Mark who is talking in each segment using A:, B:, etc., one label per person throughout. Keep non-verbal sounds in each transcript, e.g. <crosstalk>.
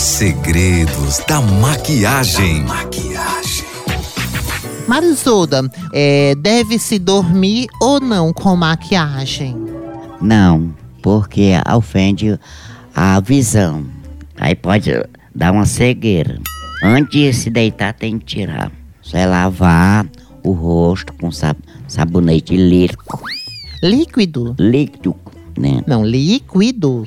A: segredos da maquiagem.
B: Maquiagem.
C: Marisolda, é, deve-se dormir ou não com maquiagem?
D: Não, porque ofende a visão. Aí pode dar uma cegueira. Antes de se deitar, tem que tirar. Só é lavar o rosto com sa- sabonete líquido.
C: Líquido?
D: Líquido, né?
C: Não, líquido.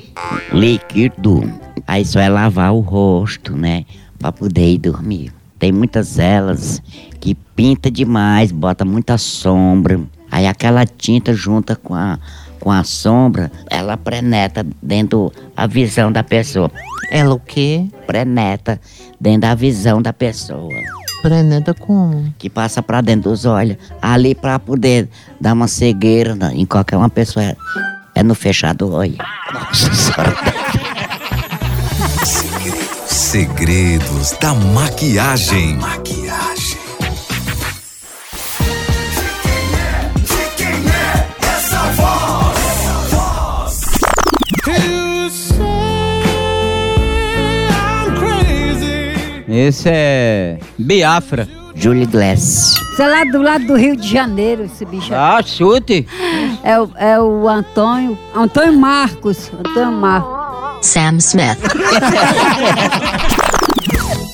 D: Líquido. Aí só é lavar o rosto, né? Pra poder ir dormir. Tem muitas elas que pinta demais, bota muita sombra. Aí aquela tinta junta com a, com a sombra, ela preneta dentro a visão da pessoa.
C: Ela o quê?
D: Preneta dentro da visão da pessoa.
C: Preneda como?
D: que passa pra dentro dos olhos, ali pra poder dar uma cegueira na- em qualquer uma pessoa. É, é no fechado olho.
A: Segredos da maquiagem.
B: Maquiagem. De quem é? De quem é essa voz? Essa voz.
E: Esse é Biafra.
D: Julie Glass.
F: Isso é lá do lado do Rio de Janeiro, esse bicho.
E: Ah, chute.
F: É, o- é o Antônio. Antônio Marcos. Antônio Marcos.
G: Sam Smith.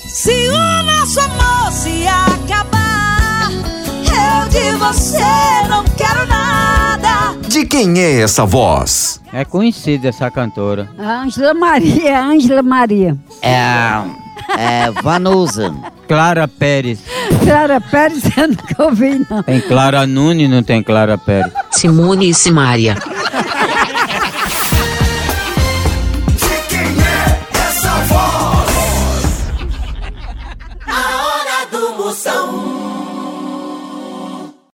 H: Se o nosso amor se acabar, eu de você não quero nada.
A: De quem é essa voz?
E: É conhecida essa cantora.
F: Ângela Maria, Ângela Maria. <laughs>
D: É, a- é Vanusa.
E: Clara Pérez.
F: Clara Pérez, eu nunca ouvi, não.
E: Tem Clara Nunes, não tem Clara Pérez.
G: Simone e Simaria.
B: De quem é essa voz?
H: A hora do moção.